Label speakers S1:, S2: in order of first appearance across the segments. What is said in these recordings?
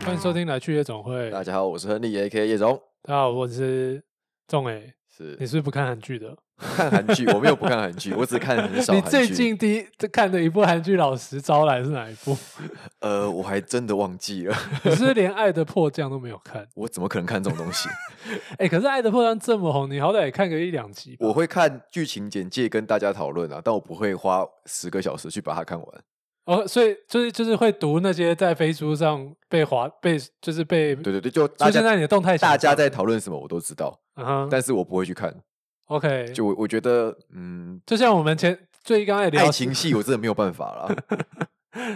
S1: 欢迎收听来去夜总会。
S2: 大家好，我是亨利 A.K. 叶总，
S1: 大家好，我是仲伟。
S2: 是
S1: 你是不是不看韩剧的？
S2: 看韩剧， 我没有不看韩剧，我只看很少
S1: 你
S2: 韩剧。
S1: 最近第一看的一部韩剧《老实招来》是哪一 部？
S2: 呃，我还真的忘记了，
S1: 你是不是连《爱的迫降》都没有看？
S2: 我怎么可能看这种东西？
S1: 哎、可是《爱的迫降》这么红，你好歹也看个一两集吧。
S2: 我会看剧情简介跟大家讨论啊，但我不会花十个小时去把它看完。
S1: 哦，所以就是就是会读那些在飞书上被划被就是被
S2: 对对对，就大
S1: 出现在
S2: 家
S1: 你的动态墙上，
S2: 大家在讨论什么我都知道，
S1: 嗯哼
S2: 但是我不会去看。
S1: OK，就
S2: 就我我觉得，嗯，
S1: 就像我们前最刚才聊
S2: 爱情戏我真的没有办法啦，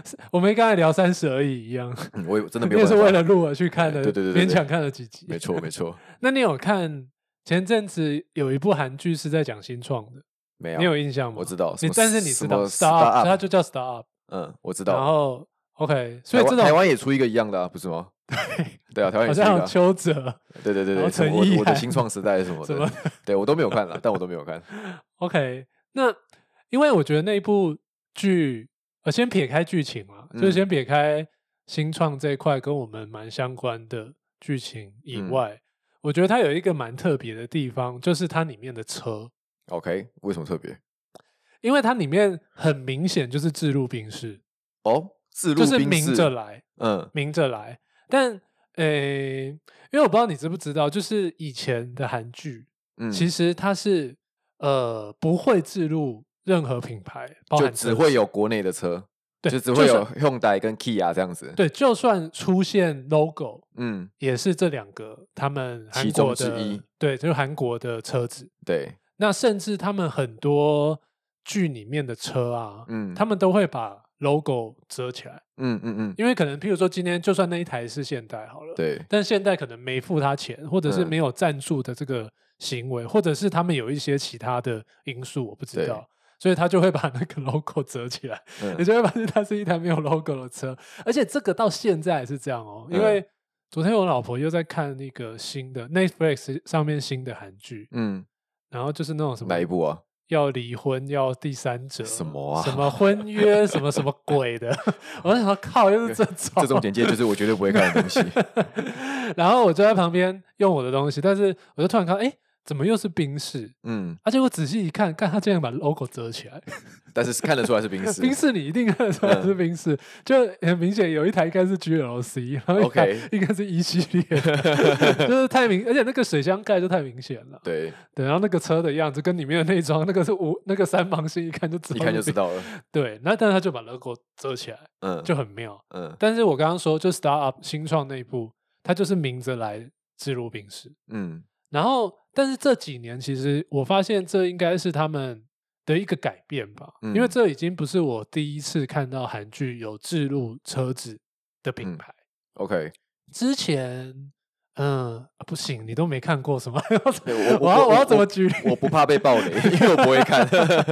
S1: 我们刚才聊三十而已一样，
S2: 嗯我也真的
S1: 你
S2: 没有
S1: 也 是
S2: 办法。
S1: 为了录而去看的，
S2: 对对对对对
S1: 勉强看了几集。
S2: 没错没错，
S1: 那你有看前阵子有一部韩剧是在讲新创的，
S2: 没有
S1: 你有印象吗？
S2: 我知道什
S1: 你
S2: 么
S1: 但是你
S2: 什
S1: 知道
S2: 么
S1: startup，
S2: startup
S1: 它就叫 startup，
S2: 嗯，我知道。
S1: 然后 OK，所以
S2: 台湾
S1: 这种
S2: 台湾也出一个一样的啊，不是 吗？对啊，台湾
S1: 好
S2: 也出一个
S1: 像有
S2: 啊。
S1: 邱泽
S2: 对对对
S1: 然后
S2: 对，什么
S1: 陈
S2: 我
S1: 意
S2: 我的
S1: 涵
S2: 新创时代什么
S1: 什么
S2: 的， 对我都没有看了，但我都没有看。
S1: OK，那因为我觉得那一部剧，呃，先撇开剧情嘛，就是
S2: 嗯
S1: 先撇开新创这一块跟我们蛮相关的剧情以
S2: 嗯
S1: 外，我觉得它有一个蛮特别的地方，就是它里面的车，
S2: OK，为什么特别？
S1: 因为它里面很明显就是制路兵士，
S2: 哦，自
S1: 就
S2: 路
S1: 是
S2: 兵
S1: 明
S2: 士
S1: 着来，
S2: 嗯
S1: 明着来。但诶、因为我不知道你知不知道，就是以前的韩剧，
S2: 嗯，
S1: 其实它是呃不会置入任何品牌，包
S2: 就
S1: 含
S2: 只
S1: 车
S2: 会
S1: 型
S2: 有国内的车，
S1: 对，
S2: 就只会
S1: 算
S2: 有 Hyundai 跟 Kia 这样子。，
S1: 对，就算出现 logo，
S2: 嗯，
S1: 也是这两个他们韩
S2: 其
S1: 国
S2: 中之
S1: 的
S2: 一
S1: 对，就是韩国的车子。
S2: 对，
S1: 那甚至他们很多剧里面的车啊，
S2: 嗯，
S1: 他们都会把 logo 遮起来，
S2: 嗯嗯嗯，
S1: 因为可能譬如说今天就算那一台是现代好了，
S2: 对，
S1: 但现代可能没付他钱，或者是
S2: 嗯
S1: 没有赞助的这个行为，或者是他们有一些其他的因素，我不知
S2: 对
S1: 道，所以他就会把那个 logo 折起来，
S2: 嗯
S1: 你就会发现它是一台没有 logo 的车，而且这个到现在还是这样哦，因
S2: 嗯
S1: 为昨天我老婆又在看那个新的 Netflix 上面新的韩剧，
S2: 嗯，
S1: 然后就是那种什么
S2: 哪一部啊？
S1: 要离婚要第三者
S2: 什么啊
S1: 什么婚约什么什么鬼 的，我想说靠，又是这种
S2: 这种简介就是我绝对不会看 的东西。
S1: 然后我就在旁边用我的东西，但是我就突然看，哎，怎么又是冰室？
S2: 嗯，
S1: 而且我仔细一看，看他竟然把 logo 遮起来，
S2: 但是是看得出来是嗯冰室。
S1: 冰室你一定看得出来是冰室，就很明显有一台应该是 GLC，然后一台
S2: OK
S1: 应该是一系列 的，就是太明，而且那个水箱盖就太明显了。
S2: 对，
S1: 对，然后那个车的样子跟里面的内装，那个是五那个三芒星，一看就知
S2: 一
S1: 道，
S2: 看就知。道了。
S1: 对，那但是他就把 logo 遮起来，
S2: 嗯，
S1: 就很妙。
S2: 嗯
S1: 但是我刚刚说，就 startup 新创那一步，它就是明着来置入冰室。
S2: 嗯
S1: 然后，但是这几年其实我发现这应该是他们的一个改变吧，
S2: 嗯
S1: 因为这已经不是我第一次看到韩剧有置入车子的品
S2: 嗯
S1: 牌。
S2: ，OK，
S1: 之前，嗯、啊不行，你都没看过什么？
S2: 对
S1: 我要我要怎么举例？
S2: 我不怕被暴雷，因为我不会看。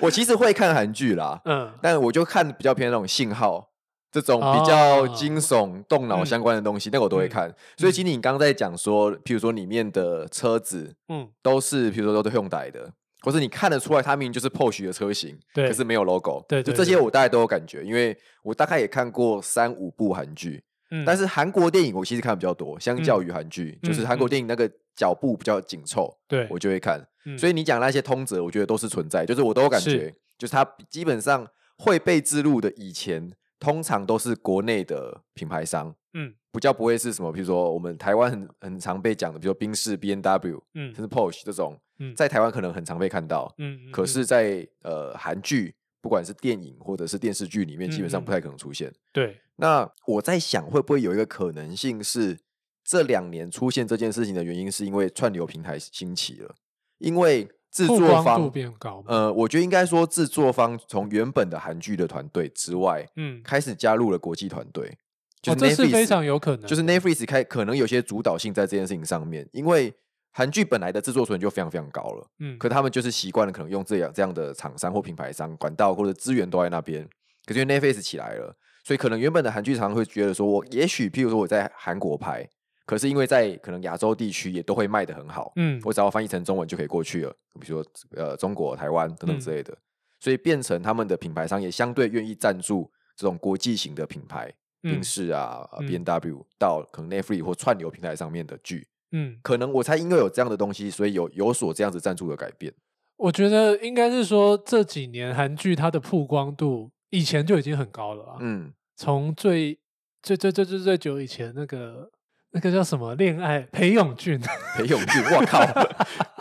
S2: 我其实会看韩剧啦，
S1: 嗯，
S2: 但我就看比较偏那种信号这种
S1: 哦
S2: 比较惊悚、动脑
S1: 嗯
S2: 相关的东西，那个我都会看。所以其实你刚刚在讲说，譬如说里面的车子
S1: 嗯，
S2: 都是，譬如说都是 Hyundai 的。或者你看得出来，它明明就是 Porsche 的车型，
S1: 对
S2: 可是没有 logo，
S1: 对对
S2: 就这些
S1: 对
S2: 我大概都有感觉，因为我大概也看过三五部韩剧，
S1: 嗯
S2: 但是韩国电影我其实看比较多，相较于韩剧，
S1: 嗯
S2: 就是韩国电影那个脚步比较紧凑，
S1: 对，
S2: 我就会看。
S1: 嗯
S2: 所以你讲那些通则，我觉得都是存在，就是我都有感
S1: 是
S2: 觉，就是它基本上会被置入的，以前通常都是国内的品牌商，
S1: 嗯，
S2: 比较不会是什么，比如说我们台湾很很常被讲的，比如说宾士、B N W，
S1: 嗯
S2: 甚至 Porsche 这种
S1: 嗯，
S2: 在台湾可能很常被看到，
S1: 嗯，嗯
S2: 可
S1: 嗯
S2: 是在呃韩剧，不管是电影或者是电视剧里面，基本
S1: 嗯
S2: 上
S1: 嗯
S2: 不太可能出现。
S1: 对，
S2: 那我在想，会不会有一个可能性是，这两年出现这件事情的原因，是因为串流平台兴起了，因为制
S1: 曝
S2: 作
S1: 光度
S2: 方，
S1: 变高嘛，
S2: 呃，我觉得应该说制作方从原本的韩剧的团队之外，
S1: 嗯，
S2: 开始加入了国际团队，就
S1: 哦，
S2: 是
S1: 这是
S2: Netflix
S1: 非常有可能的，
S2: 就是 Netflix 开可能有些主导性在这件事情上面，因为韩剧本来的制作水准就非常非常高了。
S1: 嗯，
S2: 可他们就是习惯了可能用这样这样的厂商或品牌商管道或者资源都在那边。可是因为 Netflix 起来了，所以可能原本的韩剧常会觉得说，我也许譬如说我在韩国拍，可是因为在可能亚洲地区也都会卖的很好，
S1: 嗯，嗯
S2: 我只要翻译成中文就可以过去了，比如说呃中国、台湾等等之类的。所以变成他们的品牌商也相对愿意赞助这种国际型的品牌，
S1: 嗯
S2: 宾士啊、
S1: 嗯
S2: B N W 到可能 Netflix 或串流平台上面的剧。
S1: 嗯，
S2: 可能我猜，因为有这样的东西，所以有有所这样子赞助的改变。
S1: 我觉得应该是说这几年韩剧它的曝光度以前就已经很高了啊，
S2: 嗯，
S1: 从最最最最最最久以前那个那个叫什么恋爱裴勇俊，
S2: 裴勇俊，我靠，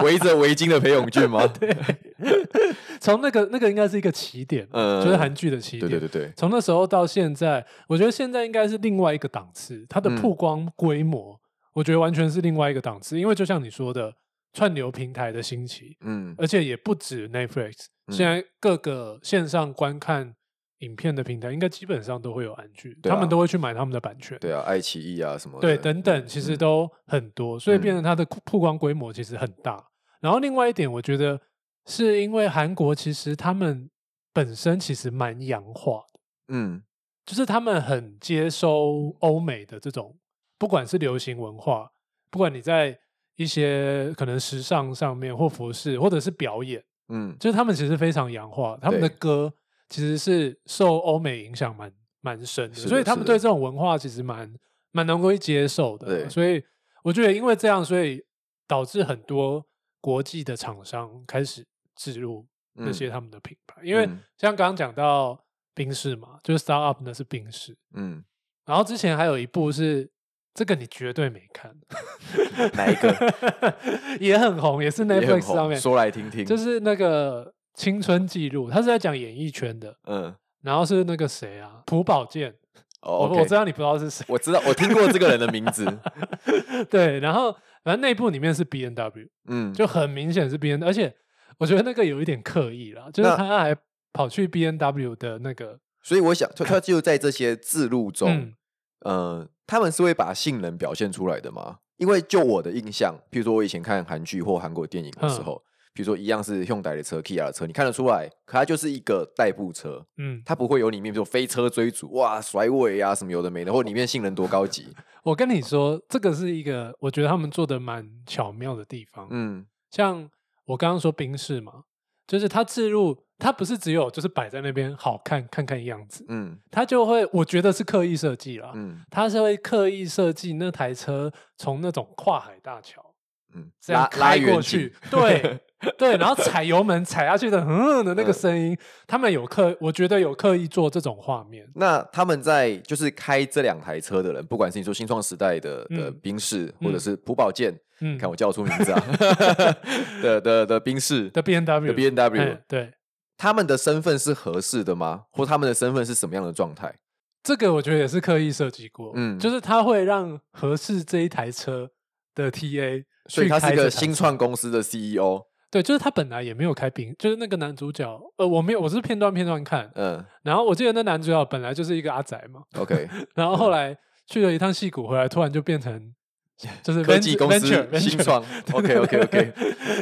S2: 围着围巾的裴勇俊吗？对
S1: 从那个那个应该是一个起点，
S2: 嗯
S1: 就是韩剧的起点。
S2: 对对对，
S1: 从那时候到现在，我觉得现在应该是另外一个档次，它的
S2: 嗯
S1: 曝光规模，我觉得完全是另外一个档次。因为就像你说的，串流平台的兴起，
S2: 嗯
S1: 而且也不止 Netflix，、
S2: 嗯
S1: 现在各个线上观看影片的平台，应该基本上都会有韩剧，
S2: 对
S1: 他们
S2: 啊
S1: 都会去买他们的版权，
S2: 对啊，爱奇艺啊什么的，
S1: 对等等，其实
S2: 嗯
S1: 都很多，所以变
S2: 嗯
S1: 成它的曝光规模其实很大。然后另外一点，我觉得是因为韩国其实他们本身其实蛮洋化的。
S2: 嗯
S1: 就是他们很接收欧美的这种，不管是流行文化，不管你在一些可能时尚上面或服饰，或者是表演，
S2: 嗯
S1: 就是他们其实非常洋化，他们的
S2: 对
S1: 歌其实是受欧美影响蛮蛮深的，
S2: 是的
S1: 所以他们
S2: 是的
S1: 对这种文化其实蛮蛮能够接受的。
S2: 对
S1: 所以我觉得因为这样，所以导致很多国际的厂商开始植入那
S2: 嗯
S1: 些他们的品牌，因为
S2: 嗯
S1: 像刚刚讲到冰室嘛，就是 Star Up 那是冰室，
S2: 嗯，
S1: 然后之前还有一部是。这个你绝对没 看，
S2: 嗯 哪一个
S1: 也很红，也是
S2: 也很
S1: Netflix
S2: 红
S1: 上面，
S2: 说来听听，
S1: 就是那个青春记录，他是在讲演艺圈的，
S2: 嗯，
S1: 然后是那个谁啊，朴宝剑，我
S2: 哦
S1: 我
S2: OK
S1: 知道你不知道是谁，
S2: 我知道，我听过这个人的名字，
S1: 对，然后反正那部里面是 B N W，
S2: 嗯，
S1: 就很明显是 B N，而且我觉得那个有一点刻意啦，就是
S2: 那
S1: 他还跑去 B N W 的那个，
S2: 所以我想，他他就在这些字录
S1: 嗯
S2: 中，呃，他们是会把性能表现出来的吗？因为就我的印象，譬如说我以前看韩剧或韩国电影的时
S1: 嗯
S2: 候，譬如说一样是 Hyundai 的车、Kia 的车，你看得出来，可它就是一个代步车，
S1: 嗯，
S2: 它不会有里面就飞车追逐哇甩尾啊什么有的没的，或里面性能多高级，
S1: 我跟你说，这个是一个我觉得他们做的蛮巧妙的地方，
S2: 嗯
S1: 像我刚刚说冰室嘛，就是他置入，他不是只有就是摆在那边好看看看样子。
S2: 嗯
S1: 他就会，我觉得是刻意设计啦。
S2: 嗯
S1: 他是会刻意设计那台车从那种跨海大桥
S2: 嗯，
S1: 这样
S2: 拉拉
S1: 开
S2: 远
S1: 过
S2: 景
S1: 去， 对对，然后踩油门踩下去的嗯的那个
S2: 嗯
S1: 声音，他们有刻，我觉得有刻意做这种画面，
S2: 那他们在就是开这两台车的人，不管是你说新创时代的的
S1: 嗯
S2: 宾士，
S1: 嗯
S2: 或者是朴宝剑，
S1: 嗯，
S2: 看我叫得出名字啊， 的的的宾士
S1: 的 B N W
S2: 的 B N W，
S1: 嗯，对，
S2: 他们的身份是合适的吗？或他们的身份是什么样的状态？
S1: 这个我觉得也是刻意设计过，嗯，
S2: 嗯
S1: 就是他会让合适这一台车的 T A，
S2: 所以他是一个
S1: 新
S2: 新创公司的 E CEO，
S1: 对，就是他本来也没有开宾，就是那个男主角，呃，我没有，我是片段片段看，
S2: 嗯
S1: 然后我记得那男主角本来就是一个阿宅嘛，
S2: ，OK，
S1: 然
S2: 嗯
S1: 后后来去了一趟戏谷回来，突然就变 成就是
S2: 科技
S1: venture-
S2: 公
S1: venture-
S2: 司
S1: venture
S2: 新创，OK OK OK，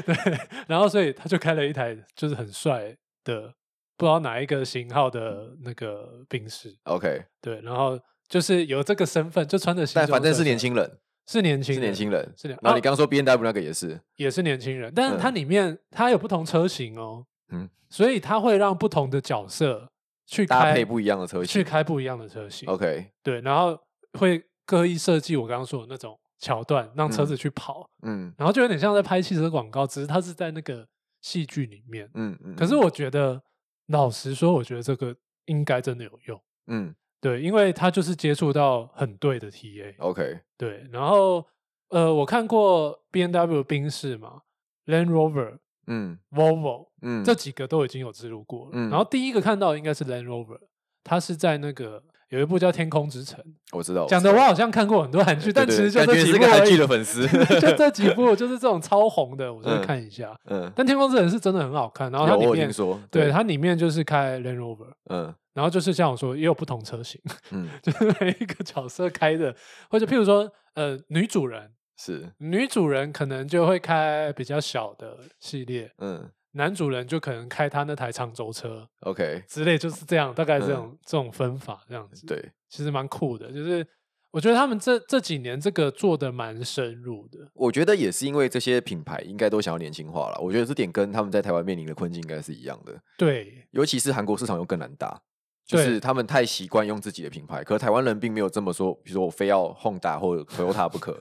S1: 对，然后所以他就开了一台就是很帅的，不知道哪一个型号的那个宾士，
S2: OK，
S1: 对，然后就是有这个身份，就穿着西装
S2: 但
S1: 帅帅，
S2: 反正是年轻人，
S1: 是年轻
S2: 是
S1: 人
S2: 年轻人。
S1: 是年，
S2: 然
S1: 啊
S2: 后你刚刚说 B N W 那个也是，
S1: 也是年轻人，但是它
S2: 嗯
S1: 里面它有不同车型哦，嗯
S2: 嗯，
S1: 所以它会让不同的角色去
S2: 搭
S1: 开
S2: 配不一样的车
S1: 去
S2: 型
S1: 开不一样的车型，
S2: ，OK，
S1: 对，然后会刻意设计我刚刚说的那种桥段，让车子去跑，
S2: 嗯
S1: 然后就有点像在拍汽车广告，只是它是在那个戏剧里面。
S2: 嗯嗯，
S1: 可是我觉得，老实说，我觉得这个应该真的有用，
S2: 嗯
S1: 对，因为它就是接触到很对的 TA，
S2: ，OK，
S1: 对，然后呃，我看过 B N W 宾士嘛，Land Rover、
S2: 嗯
S1: Volvo
S2: 嗯，
S1: 这几个都已经有植入过了。
S2: 嗯
S1: 然后第一个看到的应该是 Land Rover，它是在那个有一部叫《天空之城
S2: 我知道，》，
S1: 讲
S2: 知
S1: 的我
S2: 道
S1: 好像看过很多韩剧，
S2: 哦对
S1: 但
S2: 对
S1: 其实就
S2: 感
S1: 这
S2: 觉你
S1: 几
S2: 是
S1: 部
S2: 个
S1: 而
S2: 韩剧
S1: 已，
S2: 的粉丝，
S1: 就这几部就是这种超红的，我就会
S2: 嗯
S1: 看一下。
S2: 嗯，
S1: 但《天空之城》是真的很好看，然后它
S2: 有
S1: 里
S2: 我有
S1: 面
S2: 听说，
S1: 对，它里面就是开 Land Rover，
S2: 嗯
S1: 然后就是像我说也有不同车型，
S2: 嗯，
S1: 就是每一个角色开的，或者譬如说呃女主人。
S2: 是，
S1: 女主人可能就会开比较小的系列，
S2: 嗯
S1: 男主人就可能开他那台长轴车
S2: ，OK，
S1: 之类，就是这样，大概这
S2: 嗯
S1: 种、这种分法这样子，，
S2: 对，
S1: 其实蛮酷的。就是我觉得他们这这几年这个做的蛮深入的，
S2: 我觉得也是因为这些品牌应该都想要年轻化了，我觉得这点跟他们在台湾面临的困境应该是一样的，
S1: 对
S2: 尤其是韩国市场又更难打，就
S1: 对
S2: 是他们太习惯用自己的品牌，可是台湾人并没有这么说，比如说我非要 Honda 或者 Toyota 不可，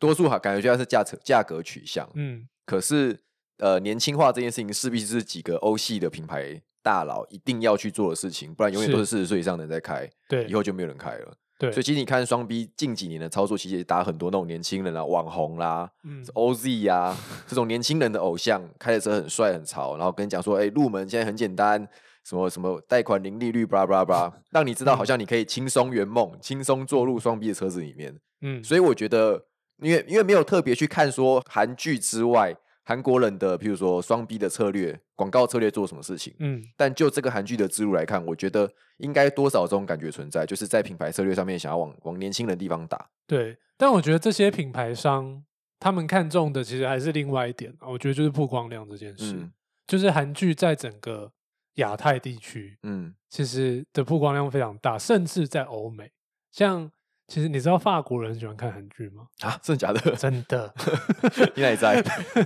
S2: 多数哈感觉就像是价格价格取向，
S1: 嗯，
S2: 可是呃年轻化这件事情势必是几个欧系的品牌大佬一定要去做的事情，不然永远都是
S1: 是
S2: 四十岁以上的人在开，
S1: 对，
S2: 以后就没有人开了。
S1: 对，
S2: 所以其实你看双 B 近几年的操作，其实也打很多那种年轻人啊、网红啦、
S1: 嗯
S2: OZ 呀、这种年轻人的偶像，开的车很帅很潮，然后跟你讲说，哎、入门现在很简单，什么什么贷款零利率，巴拉巴拉巴拉，让你知道好像你可以轻松圆梦，轻松坐入双 B 的车子里面。
S1: 嗯，
S2: 所以我觉得，因为因为没有特别去看说韩剧之外，韩国人的譬如说双 B 的策略、广告策略做什么事情，
S1: 嗯
S2: 但就这个韩剧的之路来看，我觉得应该多少这种感觉存在，就是在品牌策略上面想要往往年轻人地方打。
S1: 对，但我觉得这些品牌商他们看重的其实还是另外一点，啊我觉得就是曝光量这件事，
S2: 嗯
S1: 就是韩剧在整个亚太地区
S2: 嗯，
S1: 其实的曝光量非常大，甚至在欧美，像其实你知道法国人很喜欢看韩剧吗？
S2: 啊，真的假的？
S1: 真的，
S2: 你哪里在？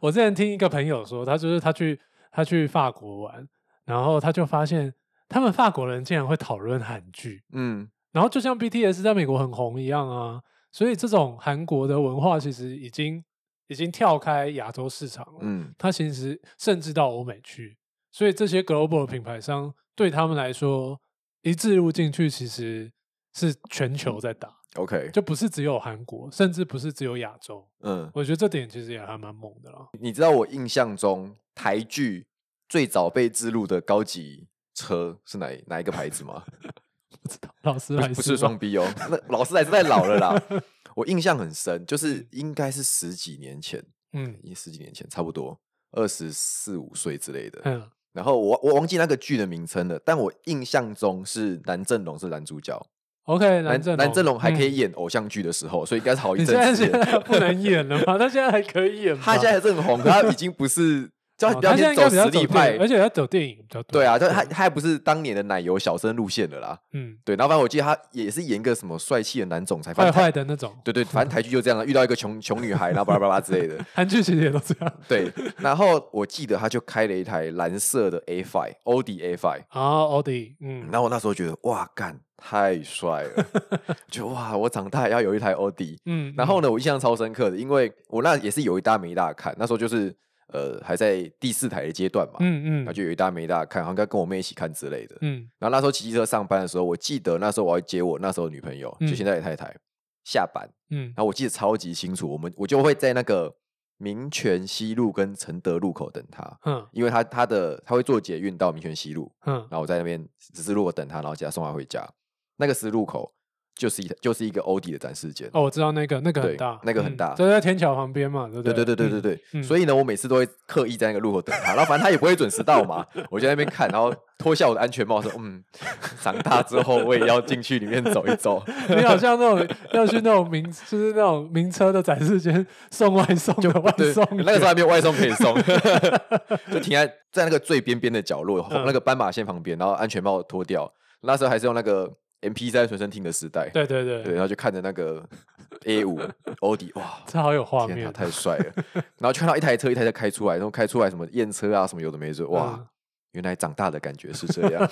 S1: 我之前听一个朋友说，他就是他去他去法国玩，然后他就发现他们法国人竟然会讨论韩剧，
S2: 嗯，
S1: 然后就像 BTS 在美国很红一样啊，所以这种韩国的文化其实已经已经跳开亚洲市场了，
S2: 嗯，
S1: 它其实甚至到欧美去，所以这些 global 品牌商对他们来说，一置入进去其实是全球在打，
S2: OK，
S1: 就不是只有韩国，甚至不是只有亚洲。
S2: 嗯，
S1: 我觉得这点其实也还蛮猛的啦。
S2: 你知道我印象中台剧最早被植入的高级车是哪一哪一个牌 子吗？
S1: 不知道 老师还
S2: 不是
S1: 吗
S2: 双 B 哦，那老师还是太老了 啦。我印象很深，就是应该是十几年前，
S1: 嗯
S2: 一十几年前差不多二十四五岁之类的。
S1: 嗯
S2: 然后我我忘记那个剧的名称了，但我印象中是蓝正龙是男主角，
S1: ，OK，
S2: 蓝
S1: 蓝正
S2: 蓝正龙还可以
S1: 嗯
S2: 演偶像剧的时候，所以应该是好一
S1: 你现在
S2: 阵子
S1: 现
S2: 演。
S1: 在 不能演了吗？他现在还可以演吗？
S2: 他现在还是 很红，可他已经不是，就
S1: 哦
S2: 他
S1: 他
S2: 比
S1: 现在应该
S2: 较偏
S1: 比
S2: 走
S1: 较
S2: 实
S1: 走
S2: 力
S1: 电
S2: 派
S1: 影，而，且他走电影比较多。
S2: 对啊，就他他还不是当年的奶油小生路线了啦。
S1: 嗯，
S2: 对，然后反正我记得他也是演一个什么帅气的男总裁，反
S1: 坏
S2: 正台
S1: 坏的那种，
S2: 对对，反正台剧就这样了，啊遇到一个穷穷女孩，然后巴拉巴拉之类的。
S1: 韩剧其实也都这样。
S2: 对，然后我记得他就开了一台蓝色的 A Five，欧迪 A Five。
S1: 然后奥迪，嗯
S2: 然，后我那时候觉得哇，干太帅了， 就哇，我长大也要有一台欧迪。
S1: 嗯，
S2: 然后呢，我印象超深刻的，因为我那也是有一搭没一搭看，那时候就是呃还在第四台的阶段嘛，
S1: 嗯，
S2: 然
S1: 嗯
S2: 后
S1: 嗯
S2: 就有一搭没一搭看，好像跟我妹一起看之类的。
S1: 嗯，
S2: 然后那时候骑机车上班的时候，我记得那时候我要接我那时候的女朋友，就
S1: 嗯
S2: 现在的太太下班，
S1: 嗯，
S2: 然后我记得超级清楚，我们我就会在那个民权西路跟承德路口等她，
S1: 嗯
S2: 因为她她的她会坐捷运到民权西路，
S1: 嗯，
S2: 然后我在那边十字路口等她，然后叫她送她回家。那个十字路口就是一就是一个欧迪的展示间。
S1: 哦，我知道那个，那个很
S2: 对
S1: 大，
S2: 那个很
S1: 嗯
S2: 大
S1: 就在天桥旁边嘛，对不
S2: 对
S1: 对
S2: 对对对
S1: 嗯
S2: 对对，
S1: 嗯
S2: 所以呢，我每次都会刻意在那个路口等他，然后反正他也不会准时到嘛，我就在那边看，然后脱下我的安全帽说，嗯， 长大之后我也要进去里面走一走，
S1: 嗯你好像那种要去那种名，就是那种名车的展示间送外送的外
S2: 对
S1: 送，，
S2: 那个时候还没有外送可以 送， 就停在在那个最边边的角落，
S1: 嗯
S2: 那个斑马线旁边，然后安全帽脱掉，那时候还是用那个 MP 三随身听的时代，
S1: 对对对
S2: 对，然后就看着 那个 A 五欧迪，哇，
S1: 这好有画
S2: 天啊，
S1: 面，
S2: 太帅了！然后就看到一台车一台车开出来，然后开出来什么验车啊，什么有的没的，哇！
S1: 嗯
S2: 原来长大的感觉是这样，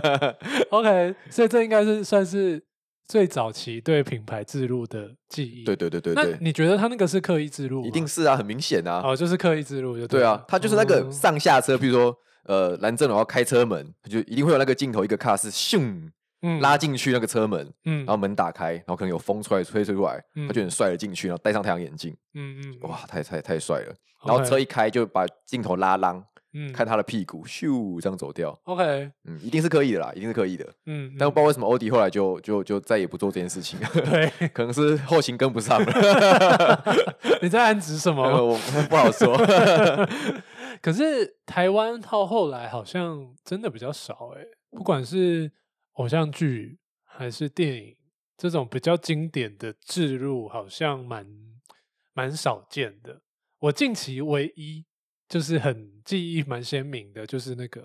S1: OK，所以这应该是算是最早期对品牌植入的记忆。
S2: 对对对对
S1: 那
S2: 对，
S1: 你觉得他那个是刻意植入吗？
S2: 一定是啊，很明显啊，
S1: 哦，就是刻意植入就
S2: 对啊
S1: 了，
S2: 他就是那个
S1: 嗯
S2: 上下车，比如说呃，蓝正龙要开车门，就一定会有那个镜头，一个卡是咻
S1: 嗯
S2: 拉进去那个车门，
S1: 嗯，
S2: 然后门打开，然后可能有风出来吹吹出来，他就很帅的进去，然后戴上太阳眼镜，
S1: 嗯嗯，
S2: 哇，太太太帅了！然后
S1: OK，
S2: 车一开就把镜头拉浪，
S1: 嗯
S2: 看他的屁股咻这样走掉，
S1: OK
S2: 嗯，一定是可以的啦，一定是可以的。
S1: 嗯，嗯
S2: 但不知道为什么欧迪后来就就就再也不做这件事情，
S1: 对，
S2: 可能是后勤跟不上了，
S1: 你在暗指什
S2: 呃
S1: 么？
S2: 我我不好说。
S1: 可是台湾到后来好像真的比较少哎，不管是偶像剧还是电影这种比较经典的置入，好像蛮蛮少见的。我近期唯一就是很记忆蛮鲜明的，就是那个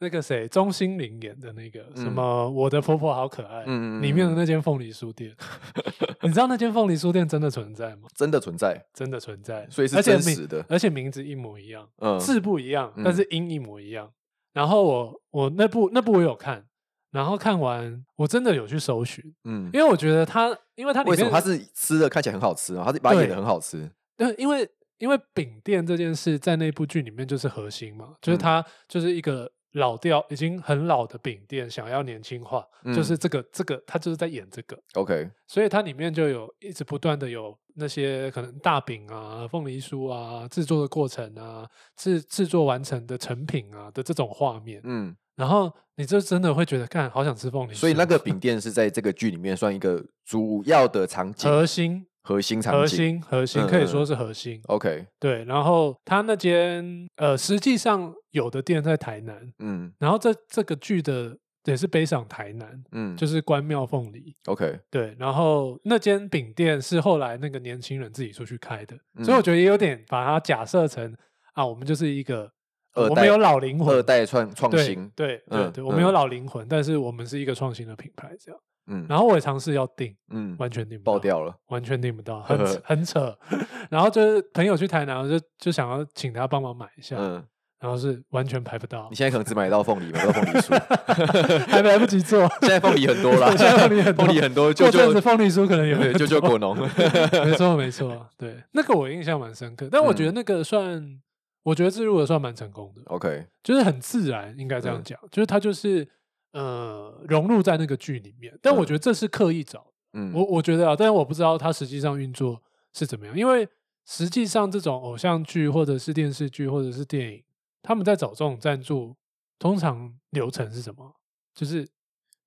S1: 那个谁钟欣凌演的那个什
S2: 嗯
S1: 么《我的婆婆好可爱》
S2: 嗯嗯嗯
S1: 里面的那间凤梨书店， 你知道那间凤梨书店真的存在吗？
S2: 真的存在，
S1: 真的存在，
S2: 所以是
S1: 而且
S2: 真
S1: 名
S2: 实的
S1: 而且名字一模一样，
S2: 嗯，
S1: 字不一样，但
S2: 嗯
S1: 是音一模一样。然后我我那部那部我有看，然后看完我真的有去搜寻，
S2: 嗯，
S1: 因为我觉得它，因为它里
S2: 为
S1: 面
S2: 什么它是吃的看起来很好吃啊？它是把它演的
S1: 对
S2: 很好吃，
S1: 对，因为因为饼店这件事在那部剧里面就是核心嘛，就是
S2: 嗯
S1: 它就是一个老掉已经很老的饼店，想要年轻化，就是
S2: 嗯
S1: 这个这个他就是在演这个，
S2: OK，
S1: 所以它里面就有一直不断的有那些可能大饼啊、凤梨酥啊制作的过程啊、制制作完成的成品啊的这种画面，
S2: 嗯，
S1: 然后你就真的会觉得，看好想吃凤梨酥，
S2: 所以那个饼店是在这个剧里面算一个主要的场景，
S1: 核心。
S2: 核心场景，
S1: 核心核心
S2: 嗯
S1: 可以
S2: 嗯
S1: 说
S2: 嗯
S1: 是核心，
S2: OK，
S1: 对，然后他那间呃，实际上有的店在台南，
S2: 嗯
S1: 然后这这个剧的也是北上台南，
S2: 嗯，
S1: 就是关庙凤梨。
S2: OK，
S1: 对，然后那间饼店是后来那个年轻人自己出去开的，所以
S2: 嗯
S1: 我觉得也有点把它假设成啊，我们就是一个、呃
S2: 二
S1: 我们
S2: 代
S1: 有老灵魂，
S2: 二代创创
S1: 对
S2: 新，
S1: 对对
S2: 嗯
S1: 对，我们有
S2: 嗯
S1: 老灵魂，但是我们是一个创新的品牌这样。
S2: 嗯
S1: 然后我也尝试要订，
S2: 嗯，
S1: 完全订不
S2: 爆
S1: 到
S2: 掉了，
S1: 完全订不 到，很扯
S2: 呵
S1: 很扯。然后就是朋友去台南，我就就想要请他帮忙买一下，
S2: 嗯，
S1: 然后是完全排不到
S2: 你，现在可能只买到凤梨，买不到凤梨 酥，
S1: 还来不及 做。
S2: 现在凤梨很多啦，
S1: 现在凤梨很 多
S2: 凤梨很多，
S1: 过
S2: 舅
S1: 阵子
S2: 舅
S1: 凤梨酥可能有
S2: 对
S1: 人
S2: 舅舅
S1: 做
S2: 果 农，
S1: 没错没 错，对那个我印象蛮深刻，但我觉得
S2: 嗯
S1: 那个算，我觉得自入的算蛮成功的，
S2: OK，
S1: 就是很自然，应该这样
S2: 嗯
S1: 讲，就是他就是呃融入在那个剧里面，但我
S2: 嗯
S1: 觉得这是刻意找的
S2: 嗯，
S1: 我我觉得啊，但是我不知道它实际上运作是怎么样，因为实际上这种偶像剧或者是电视剧或者是电影，他们在找这种赞助，通常流程是什么？就是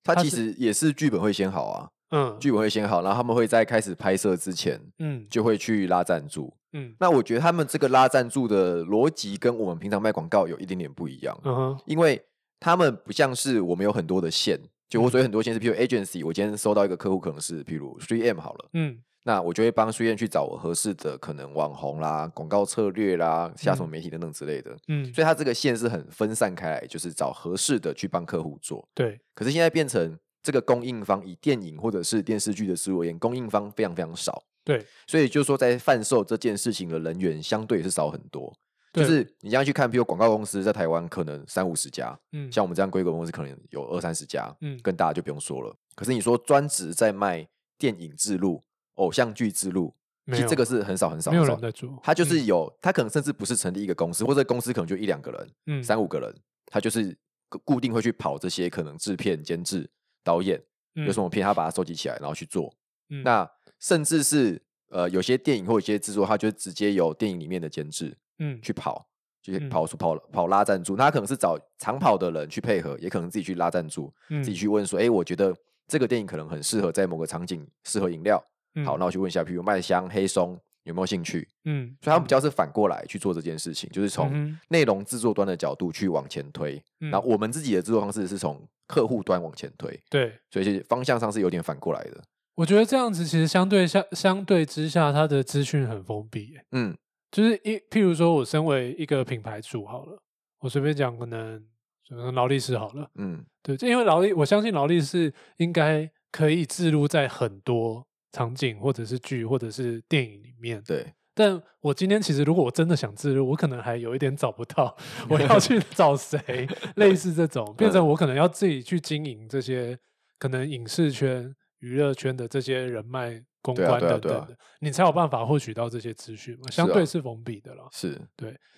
S2: 他
S1: 他
S2: 其
S1: 是
S2: 实也是剧本会先好啊，
S1: 嗯
S2: 剧本会先好，然后他们会在开始拍摄之前
S1: 嗯
S2: 就会去拉赞助。
S1: 嗯
S2: 那我觉得他们这个拉赞助的逻辑跟我们平常卖广告有一点点不一样，
S1: 嗯哼
S2: 因为他们不像是我们有很多的线，就我
S1: 嗯
S2: 所谓很多线是，譬如 agency，我今天收到一个客户可能是譬如 3M 好了，
S1: 嗯
S2: 那我就会帮 3M 去找我合适的可能网红啦、广告策略啦、下什么
S1: 嗯
S2: 媒体等等之类的，
S1: 嗯，
S2: 所以它这个线是很分散开来，就是找合适的去帮客户做。
S1: 对，
S2: 可是现在变成这个供应方以电影或者是电视剧的思路而言，供应方非常非常少，
S1: 对，
S2: 所以就是说在贩售这件事情的人员相对也是少很多。就
S1: 对
S2: 是你这样去看，比如广告公司在台湾可能三五十家，
S1: 嗯
S2: 像我们这样规格公司可能有二三十家，
S1: 嗯
S2: 更大就不用说了。可是你说专职在卖电影制录、偶像剧制录，其
S1: 没
S2: 实
S1: 有
S2: 这个是很少很少
S1: 没有
S2: 很少
S1: 人在嗯做，
S2: 他就是有，他可能甚至不是成立一个公司，或者公司可能就一两个人，
S1: 嗯
S2: 三五个人，他就是固固定会去跑这些可能制片、监制、导演有什
S1: 么
S2: 么片，他把它收集起来，然后去做。
S1: 嗯
S2: 那甚至是呃，有些电影或有些制作，他就直接由电影里面的监制
S1: 嗯
S2: 去跑，就是
S1: 嗯
S2: 跑出跑跑拉赞助。那他可能是找长跑的人去配合，也可能自己去拉赞助，
S1: 自
S2: 自己去问说，哎、我觉得这个电影可能很适合在某个场景，适合饮料。好，那我去问一下，比如麦香、黑松有没有兴趣？
S1: 嗯，
S2: 所以他们比较是反过来去做这件事情，就是从
S1: 嗯哼
S2: 内容制作端的角度去往前推。
S1: 嗯
S2: 那我们自己的制作方式是从客户端往前推，
S1: 对。
S2: 所以其实方向上是有点反过来的。
S1: 我觉得这样子其实相对相相对之下，它的资讯很封闭耶、
S2: 嗯
S1: 就是一，譬如说我身为一个品牌主好了，我随便讲，可能可能劳力士好了，
S2: 嗯
S1: 对，这因为劳力，我相信劳力士应该可以置入在很多场景或者是剧或者是电影里面。
S2: 对，
S1: 但我今天其实如果我真的想置入，我可能还有一点找不到，我要去 找谁，类似这种，变
S2: 嗯
S1: 成我可能要自己去经营这些可能影视圈、娱乐圈的这些人脉、公
S2: 对啊
S1: 关
S2: 对啊
S1: 等等
S2: 对
S1: 的，
S2: 啊
S1: 你才有办法获取到这些资讯嘛，相
S2: 是啊
S1: 对是封闭的啦。
S2: 是，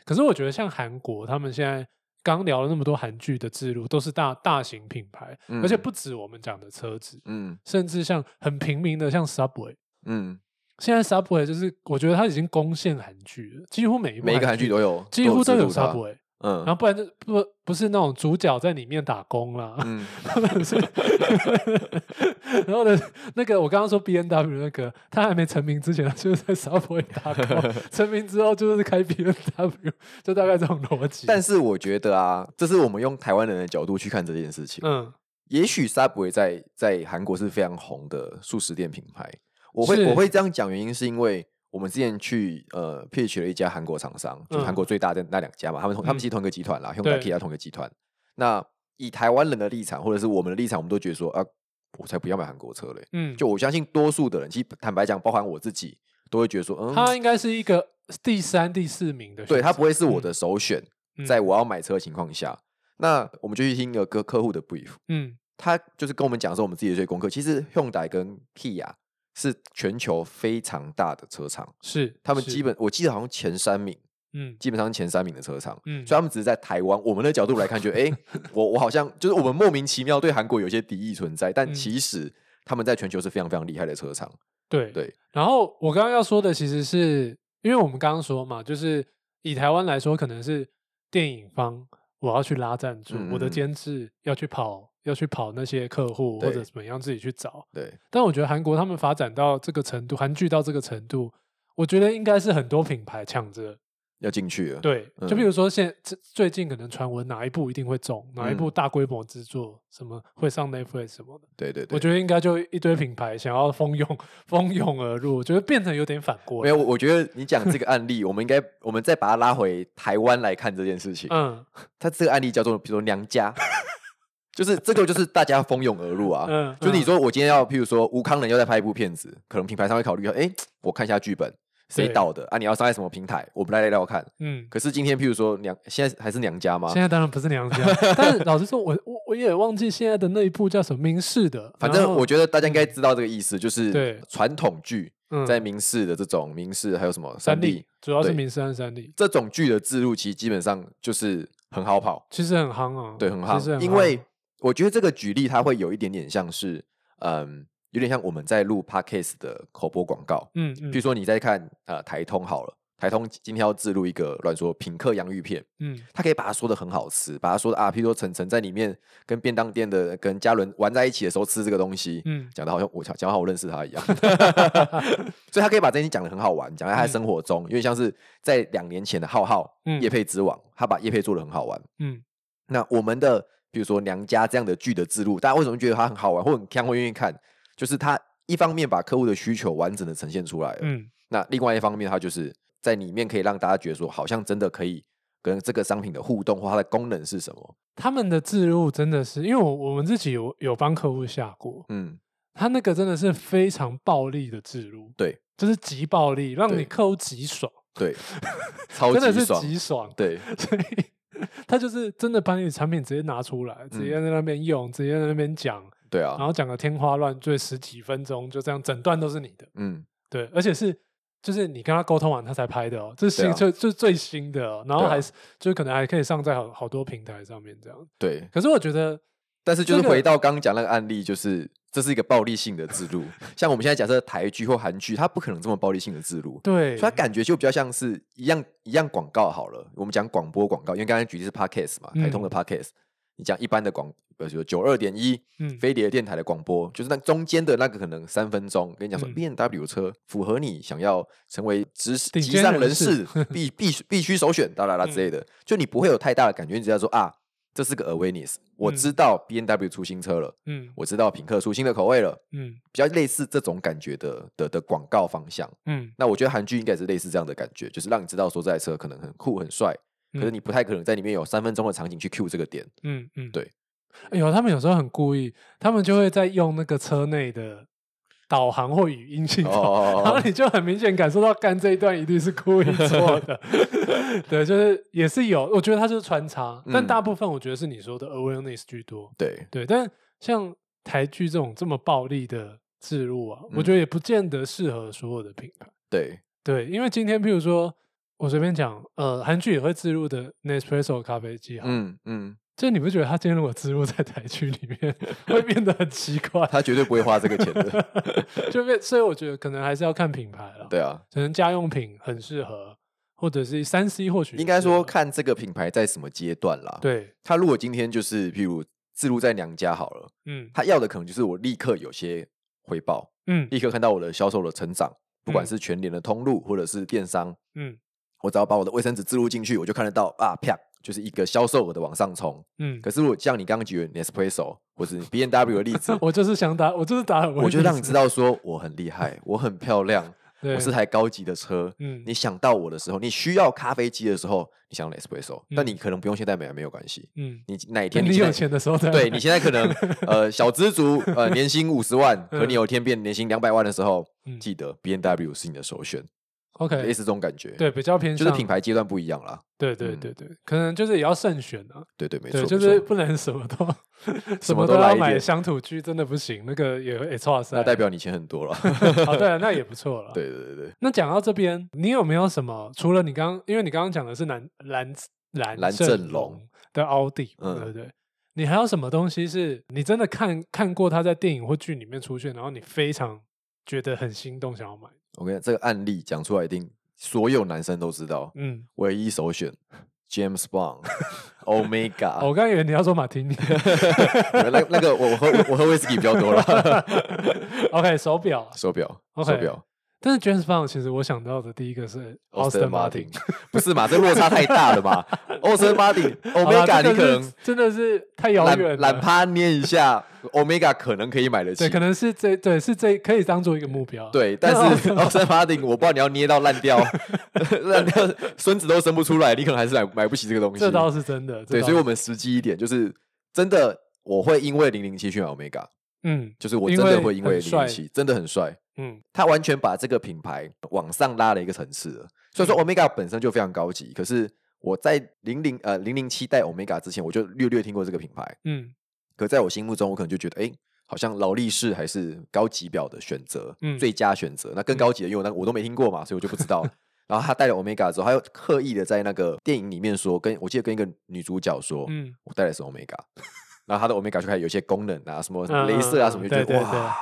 S1: 可是我觉得像韩国，他们现在刚聊了那么多韩剧的制度，都是大大型品牌，而且
S2: 嗯
S1: 不止我们讲的车子，
S2: 嗯
S1: 甚至像很平民的，像 Subway。
S2: 嗯，
S1: 现在 Subway 就是，我觉得它已经攻陷韩剧了，几乎每一部
S2: 每一个韩剧都有，
S1: 几乎都有
S2: 制度它
S1: Subway，然后
S2: 嗯
S1: 不然就不不是那种主角在里面打工啦，
S2: 嗯，
S1: 他们 是，然后呢，那个我刚刚说 B N W 那个，他还没成名之前，他就是在 Subway 打工， 成名之后就是开 B N W，就大概这种逻辑。
S2: 但是我觉得啊，这是我们用台湾人的角度去看这件事情。
S1: 嗯，
S2: 也许 Subway 在在韩国是非常红的素食店品牌。我会
S1: 是
S2: 我会这样讲，原因是因为我们之前去呃 pitch 了一家韩国厂商，就是
S1: 嗯
S2: 韩国最大的那两家嘛，他们同他们
S1: 嗯
S2: 其实同一个集团啦 h y u n d a i
S1: 对
S2: Kia 同一个集团。那以台湾人的立场，或者是我们的立场，我们都觉得说啊，我才不要买韩国车嘞。
S1: 嗯，
S2: 就我相信多数的人，其实坦白讲，包含我自己，都会觉得说，
S1: 它
S2: 嗯，
S1: 应该是一个第三、第四名的选择，
S2: 对，它不会是我
S1: 嗯
S2: 的首选，在我要买车的情况下，那我们就去听一个客客户的 brief，
S1: 嗯
S2: 他就是跟我们讲说我们自己的这些功课。其实 Hyundai 跟 Kia 是全球非常大的车厂，
S1: 是
S2: 他们
S1: 是
S2: 基本我记得好像前三名，
S1: 嗯
S2: 基本上是前三名的车厂。
S1: 嗯，
S2: 所以他们只是在台湾，我们的角度来看，觉得哎、 诶我我好像就是我们莫名其妙对韩国有一些敌意存在，但
S1: 嗯
S2: 其实他们在全球是非常非常厉害的车厂。
S1: 对
S2: 对。
S1: 然后我刚刚要说的其实是，因为我们刚刚说嘛，就是以台湾来说，可能是电影方我要去拉赞助，
S2: 嗯
S1: 我的
S2: 嗯嗯
S1: 监制要去跑，要去跑那些客户或
S2: 对
S1: 者怎么样自己去找。
S2: 对，
S1: 但我觉得韩国他们发展到这个程度，韩剧到这个程度，我觉得应该是很多品牌抢着。
S2: 要进去了。
S1: 对，就比
S2: 嗯
S1: 如说现这最近可能传闻哪一部一定会中，哪一部
S2: 嗯
S1: 大规模制作，什么会上 Netflix 什么的。
S2: 对对对，
S1: 我觉得应该就一堆品牌想要蜂拥 蜂拥而入，我觉得变成有点反过来。
S2: 没有，我我觉得你讲这个案例，我们应该我们再把它拉回台湾来看这件事情。
S1: 嗯
S2: 它这个案例叫做，比如说 娘家，就是这个就是大家蜂拥而入啊。
S1: 嗯，
S2: 就是你
S1: 嗯
S2: 说我今天要，譬如说吴康仁要再拍一部片子，可能品牌商会考虑，哎，我看一下剧本谁
S1: 对
S2: 导的啊，你要上在什么平台，我们来聊聊看。
S1: 嗯，
S2: 可是今天譬如说娘，现在还是娘家吗？
S1: 现在当然不是娘 家，啊但是老实说，我我我也忘记现在的那一部叫什么明示的，
S2: 反
S1: 然
S2: 正
S1: 后嗯
S2: 我觉得大家应该知道这个意思，就是
S1: 对
S2: 传统剧
S1: 嗯
S2: 在明视的这种明视还有什么
S1: 三
S2: 立
S1: 立主要是
S2: 对
S1: 明示和三立，
S2: 这种剧的制入，其实基本上就是很好跑。
S1: 其实很夯啊，
S2: 对，很
S1: 其
S2: 好
S1: 实，
S2: 因
S1: 夯
S2: 为我觉得这个举例它会有一点点像是，嗯，有点像我们在录 podcast 的口播广告。
S1: 嗯
S2: 比
S1: 嗯
S2: 如说你在看呃台通好了，台通今天要制录一个乱说品客洋芋片，
S1: 嗯
S2: 它可以把它说的很好吃，把它说的啊，譬如说晨晨在里面跟便当店的跟嘉伦玩在一起的时候吃这个东西，
S1: 嗯
S2: 讲的好像我讲讲得好像我认识他 一样，所以他可以把这件事情讲的很好玩，讲在他的生活中，因为像是在两年前的浩浩
S1: 嗯
S2: 叶配之王，他把叶配做的很好玩。
S1: 嗯
S2: 那我们的比如说娘家这样的剧的制度，大家为什么觉得它很好玩或很看会愿意看？就是它一方面把客户的需求完整的呈现出来了，
S1: 嗯
S2: 那另外一方面它就是在里面可以让大家觉得说，好像真的可以跟这个商品的互动或它的功能是什么？
S1: 他们的置入真的是，因为我我们自己有有帮客户下过，
S2: 嗯，
S1: 他那个真的是非常暴力的置入，
S2: 对，
S1: 就是极暴力，让你
S2: 对
S1: 客户极爽，
S2: 对，超
S1: 真的
S2: 级
S1: 是
S2: 爽，
S1: 极爽，
S2: 对
S1: 所以他就是真的把你的产品直接拿出来，直接在那边用，直接在那边讲，
S2: 对
S1: 然
S2: 嗯啊，
S1: 后讲个天花乱坠，十几分钟就这样，整段都是你的，
S2: 嗯，
S1: 对，而且是。就是你跟他沟通完，他才拍的哦，这是
S2: 对
S1: 新
S2: 啊
S1: 就、就是最新的哦、然后
S2: 对啊
S1: 还是、就可能还可以上在好好多平台上面这样。
S2: 对。
S1: 可是我觉得
S2: 但是就是
S1: 这个
S2: 回到刚刚讲那个案例，就是这是一个暴力性的制度。像我们现在假设台剧或韩剧，它不可能这么暴力性的制度，
S1: 对，
S2: 所以它感觉就比较像是一样一样广告好了。我们讲广播广告，因为刚才举例是 podcast 嘛，台
S1: 嗯
S2: 通的 podcast，、你讲一般的广，呃，就九二点一
S1: 嗯
S2: 飞碟电台的广播，就是那中间的那个可能三分钟，跟你讲说
S1: 嗯
S2: B N W 车符合你想要成为职
S1: 顶
S2: 级
S1: 尖
S2: 上
S1: 人
S2: 人
S1: 士嗯
S2: 士必必须必须首选，哒啦啦之类的，就你不会有太大的感觉，你只要说啊，这是个 awareness，我
S1: 嗯
S2: 知道 B N W 出新车了，
S1: 嗯
S2: 我知道品客出新的口味了，
S1: 嗯
S2: 比较类似这种感觉的的的广告方向。
S1: 嗯，
S2: 那我觉得韩剧应该也是类似这样的感觉，就是让你知道说这台车可能很酷很帅，可是
S1: 嗯
S2: 你不太可能在里面有三分钟的场景去 cue 这 个点。
S1: 嗯嗯，
S2: 对。
S1: 哎呦，他们有时候很故意，他们就会在用那个车内的导航或语音系统，然后
S2: 哦，
S1: 你就很明显感受到干这一段一定是故意做 的。对，就是也是有，我觉得它就是穿插，但
S2: 嗯
S1: 大部分我觉得是你说的 awareness 居多。
S2: 对，
S1: 对，但像台剧这种这么暴力的置入啊，我
S2: 嗯
S1: 觉得也不见得适合所有的品牌。
S2: 对，
S1: 对，因为今天譬如说。我随便讲，呃，韩剧也会置入的 Nespresso 咖啡机好了，
S2: 嗯嗯，
S1: 就你不觉得他今天如果植入在台区里面， 会变得很奇怪？
S2: 他绝对不会花这个钱的。
S1: 就变，所以我觉得可能还是要看品牌了。
S2: 对，啊，
S1: 可能家用品很适合，或者是三 C 或许也
S2: 应该
S1: 适
S2: 说
S1: 合
S2: 看这个品牌在什么阶段啦。，
S1: 对，
S2: 他如果今天就是譬如自录在娘家好了，
S1: 嗯
S2: 他要的可能就是我立刻有些回报，
S1: 嗯
S2: 立刻看到我的销售的成长，不管
S1: 嗯
S2: 是全联的通路或者是电商，
S1: 嗯
S2: 我只要把我的卫生纸植入进去，我就看得到啊，啪，就是一个销售额的往上冲。
S1: 嗯
S2: 可，是我像你刚刚举的 Nespresso 或是 B N W 的例
S1: ，
S2: 子
S1: 我就是想打，我就是打，
S2: 我就让你知，道说我很厉害，我很漂亮，
S1: 对
S2: 我是台高级的车。
S1: 嗯
S2: 你想到我的时候，你需要咖啡机的时候，你想到 espresso，、
S1: 嗯
S2: 但你可能不用现在买没有关系。
S1: 嗯，
S2: 你哪一
S1: 等
S2: 天你
S1: 你
S2: 现
S1: 有
S2: 在
S1: 钱的时候再
S2: 对
S1: 买
S2: 你现在 可能呃小资族呃年薪五十万，可
S1: 嗯
S2: 你有一天变年薪两百万的时候，
S1: 嗯
S2: 记得 B N W 是你的首选，类
S1: OK
S2: 似这种感觉。，
S1: 对比较偏
S2: 就是
S1: 向
S2: 品牌阶段不一样啦。
S1: 对对
S2: 嗯
S1: 对对，可能就是也要慎选啊。
S2: 对对，没
S1: 对，
S2: 错，没
S1: 就是
S2: 错
S1: 不能什么都什
S2: 什么
S1: 么
S2: 都
S1: 都
S2: 来
S1: 要
S2: 一
S1: 买
S2: 点
S1: 乡土剧，真的不行。那个也 H 哇塞，
S2: 那代表你钱很多了。
S1: 哦，对啊，那也不错了。，
S2: 对对对对，
S1: 那讲到这边，你有没有什么除了你刚，因为你刚刚讲的是蓝蓝蓝
S2: 蓝
S1: 正
S2: 正龙
S1: 龙的奥迪，
S2: 嗯
S1: 对不对？你还有什么东西是你真的看看过他在电影或剧里面出现，然后你非常觉得很心动想要买？
S2: 我跟你讲，这个案例讲出来一定所有男生都知道，
S1: 嗯，
S2: 唯一首选 James Bond 、Omega。
S1: 哦我刚以为你要说马丁尼
S2: 那那个我我喝我喝威士忌比较多 了，
S1: ，OK 手表，
S2: 手表
S1: OK
S2: 手表
S1: 但是 James Bond 其实我想到的第一个是
S2: Austin
S1: Martin，
S2: Martin 不是嘛？这落差太大 了嘛？Austin Martin
S1: 好啦
S2: Omega
S1: 这
S2: 你
S1: 个
S2: 可
S1: 是
S2: 能
S1: 真的是太遥远
S2: 懒懒
S1: 了。
S2: 趴捏一下 ，Omega 可能可以买得起
S1: 对，，可能是这对是这可以当做一个目标。
S2: 对，但是 Austin Martin 我不知道你要捏到烂掉， 烂掉孙子都生不出来，你可能还是买买不起这个东西。
S1: 这倒是真的。这
S2: 对，
S1: 倒
S2: 所以我
S1: 是
S2: 们实际一点，就是真的我会因为零零七去买 Omega，
S1: 嗯
S2: 就是我
S1: 因
S2: 真的
S1: 为
S2: 会因
S1: 很
S2: 为零
S1: 帅
S2: 零七真的很帅，
S1: 嗯
S2: 他完全把这个品牌往上拉了一个层次了。虽
S1: 嗯
S2: 然说 Omega 本身就非常高级，可是我在零零呃零零七代 Omega 之前，我就略略听过这个品牌。
S1: 嗯
S2: 可在我心目中，我可能就觉得，哎、好像劳力士还是高级表的选择，
S1: 嗯
S2: 最佳选择。那更高级的，因为我那个我都没听过嘛，所以我就不 知道。然后他带了 Omega 之后，他又刻意的在那个电影里面说，跟我记得跟一个女主角说，
S1: 嗯，
S2: 我带的是 Omega，然后它的 Omega 就开始有一些功能啊，什么什
S1: 嗯
S2: 么镭射啊
S1: 嗯
S2: 什
S1: 嗯
S2: 么，就觉得
S1: 对对
S2: 哇，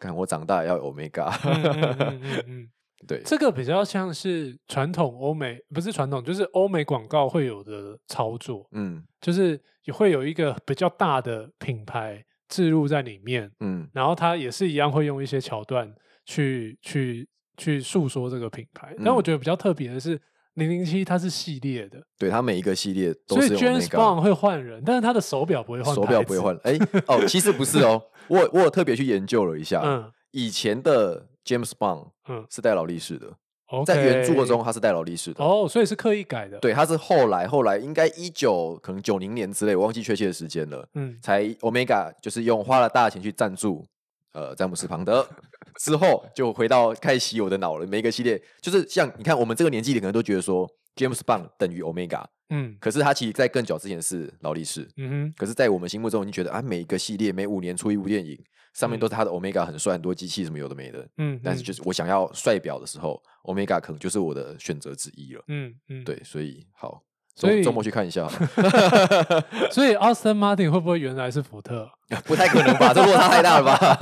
S2: 看我长大也要有 Omega，、
S1: 嗯嗯嗯嗯嗯，
S2: 对，
S1: 这个比较像是传统欧美，不是传统，就是欧美广告会有的操作，
S2: 嗯
S1: 就是也会有一个比较大的品牌置入在里面，
S2: 嗯，
S1: 然后它也是一样会用一些桥段去去去诉说这个品牌。但
S2: 嗯
S1: 我觉得比较特别的是，零零七它是系列的，
S2: 对，它每一个系列都
S1: 所以
S2: 是
S1: James
S2: Omega，
S1: Bond 会换人，但是他的手表不会换，
S2: 啊手表不会。换，哎、哦，其实不是 哦，我有我有特别去研究了一下，
S1: 嗯
S2: 以前的 James Bond
S1: 嗯
S2: 是带劳力士的，
S1: ，OK，
S2: 在原著中他是带劳力士的。
S1: 哦，所以是刻意改的。，
S2: 对，他是后来后来应该一九可能九零年之类，我忘记确切的时间了。
S1: 嗯
S2: 才 Omega 就是用花了大钱去赞助，呃，詹姆斯庞德之后就回到开始洗我的脑了。每一个系列就是像你看，我们这个年纪的可能都觉得说 James Bond 等于 Omega，
S1: 嗯
S2: 可是它其实在更久之前是劳力士。
S1: 嗯哼
S2: 可是，在我们心目中，已经觉得啊，每一个系列每五年出一部电影，上面都是它的 Omega 很帅，很多机器什么有的没的。
S1: 嗯，
S2: 但是
S1: 嗯
S2: 就是我想要帅表的时候，Omega 可能就是我的选择之一了。
S1: 嗯嗯，
S2: 对，所以好，
S1: 所
S2: 周
S1: 以
S2: 周末去看一下好了。
S1: 所以 Austin Martin 会不会原来是福特？啊
S2: 不太可能吧？这落差太大了吧？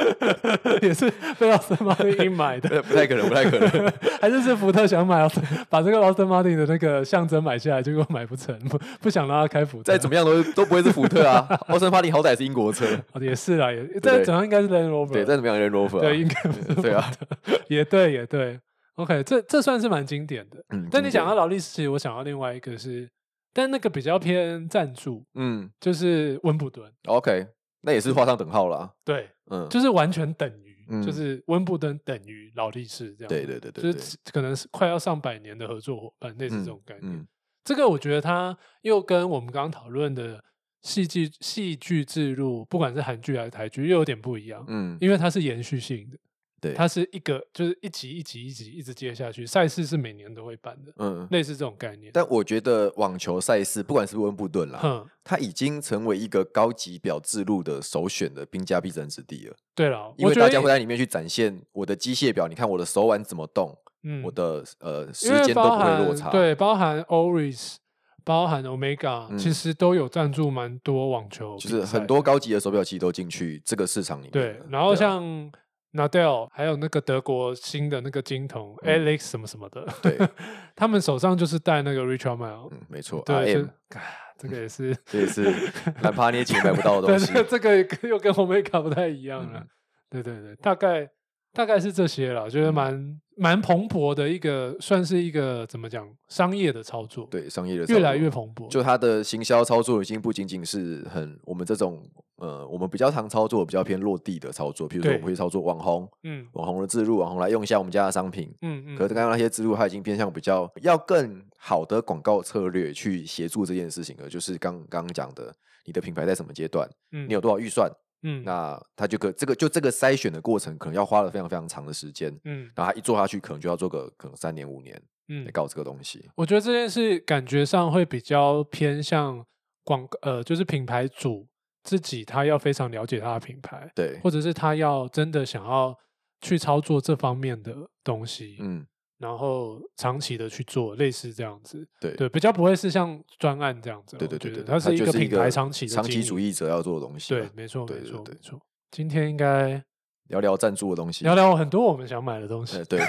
S1: 也是被 Austin Martin 阴霾的，
S2: 不太可能，不太可能。
S1: 还是是福特想买 Austin，把这个 Austin Martin 的那个象征买下来，结果买不成，不不想让他开福特。
S2: 再怎么样都都不会是福 特啊，奥森帕丁好歹是英国车，
S1: 哦也是啦，也
S2: 对
S1: 再怎么样应该是 Land Rover，
S2: 对，再怎么样 Land Rover，、啊、
S1: 对应该不是
S2: 对啊
S1: 福特，也对也对。OK，这这算是蛮经典的。
S2: 嗯
S1: 但你
S2: 经典
S1: 讲到劳力士，我想到另外一个是，但那个比较偏赞助，
S2: 嗯
S1: 就是温布顿，
S2: ，OK，那也是画上等号了，
S1: 对，
S2: 嗯，
S1: 就是完全等于，
S2: 嗯
S1: 就是温布顿等于劳力士这样。
S2: 对对对对
S1: 就
S2: 对，
S1: 是可能是快要上百年的合作伙伴，类似这种概念。
S2: 嗯
S1: 这个我觉得它又跟我们刚刚讨论的戏剧戏剧制入，不管是韩剧还是台剧，又有点不一样，
S2: 嗯，
S1: 因为它是延续性的，
S2: 对，
S1: 它是一个就是一集一集一集一直接下去，赛事是每年都会办的，
S2: 嗯，
S1: 类似这种概念。
S2: 但我觉得网球赛事，不管是不是温布顿 啦，
S1: 哼，
S2: 它已经成为一个高级表制路的首选的兵家必争之地了，
S1: 对了，
S2: 因
S1: 我
S2: 为
S1: 觉
S2: 大
S1: 得
S2: 家会在里面去展现我的机械表，你看我的手腕怎么动，
S1: 嗯
S2: 我的呃时
S1: 因为
S2: 间都
S1: 包
S2: 不会
S1: 含
S2: 落差，
S1: 对，包含 Oris，包含 Omega，、其
S2: 嗯
S1: 实都有赞助蛮多网球比
S2: 就
S1: 赛的，
S2: 是很多高级的手表其实都进去这个市场里面了。
S1: 对，然后
S2: 啊
S1: 像 Nadal 还有那个德国新的那个金童、
S2: 嗯
S1: Alex 什么什么的，
S2: 对，
S1: 他们手上就是戴那个 Richard Mille，、
S2: 嗯，没错
S1: 对，就
S2: ，RM
S1: 啊这个也是
S2: 这也是 懒趴捏钱买 不到的
S1: 对，
S2: 东西
S1: 这。个这个跟又跟 Omega 不太一样了，
S2: 嗯
S1: 对对对，大概大概是这些了，觉得
S2: 嗯
S1: 蛮、蛮蓬勃的一个，算是一个怎么讲商业的操作，，
S2: 对，商业的
S1: 越来
S2: 操作
S1: 越蓬勃，
S2: 就它的行销操作已经不仅仅是很我们这种呃，我们比较常操作比较偏落地的操作，比如说
S1: 对
S2: 我们会操作网红，
S1: 嗯
S2: 网红的植入，网红来用一下我们家的商品。
S1: 嗯嗯，
S2: 可是刚刚那些植入，它已经偏向比较要更好的广告策略去协助这件事情了，就是刚刚刚讲的，你的品牌在什么阶段，
S1: 嗯
S2: 你有多少预算，
S1: 嗯
S2: 那它就可这个就这个筛选的过程，可能要花了非常非常长的时间，
S1: 嗯
S2: 然后它一做下去，可能就要做个可能三年五年
S1: 嗯
S2: 来，搞这个东西。
S1: 我觉得这件事感觉上会比较偏向广呃，就是品牌主自己他要非常了解他的品牌，
S2: 对，
S1: 或者是他要真的想要去操作这方面的东西，
S2: 嗯，
S1: 然后长期的去做，类似这样子。
S2: 对，
S1: 对，比较不会是像专案这样子啊。
S2: 对对
S1: 我
S2: 对
S1: 觉
S2: 对，
S1: 得它
S2: 就是
S1: 一个品牌长期的
S2: 长
S1: 经
S2: 期
S1: 营
S2: 主。义者要做的东西
S1: 对
S2: 嘛。，
S1: 没错，
S2: 对
S1: 没
S2: 对
S1: 错，
S2: 对
S1: 没错。今天应该
S2: 聊聊赞助的东西。
S1: 聊聊很多我们想买的东西
S2: 呃，。对，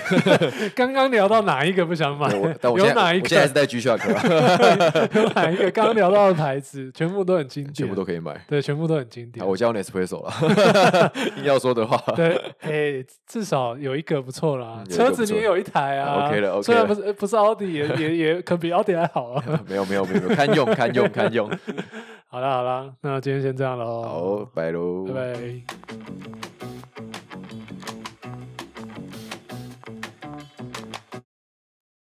S1: 刚刚聊到哪一个不想 买
S2: 对我？但我现
S1: 有
S2: 在
S1: 哪一
S2: 我 现在还是
S1: 个？
S2: 在 G Shock，啊
S1: 有哪一个？刚刚聊到的牌子，全部都很经典，
S2: 全部都可以买。
S1: 对，全部都很经
S2: 啊
S1: 典。
S2: 我叫 Nespresso 了，硬要说的话，
S1: 对，哎，至少有一个不错啦
S2: 嗯，有一个
S1: 车
S2: 不
S1: 子你
S2: 错
S1: 也有一台
S2: 啊
S1: 啊。
S2: ，OK 了，OK
S1: 虽然
S2: 了
S1: 不是不是奥迪，也 也也可比奥迪还好啊。
S2: 没有没有没有，没有堪用堪用 堪用，
S1: 好啦好啦，那今天先这样喽。
S2: 好，拜喽，
S1: 拜拜。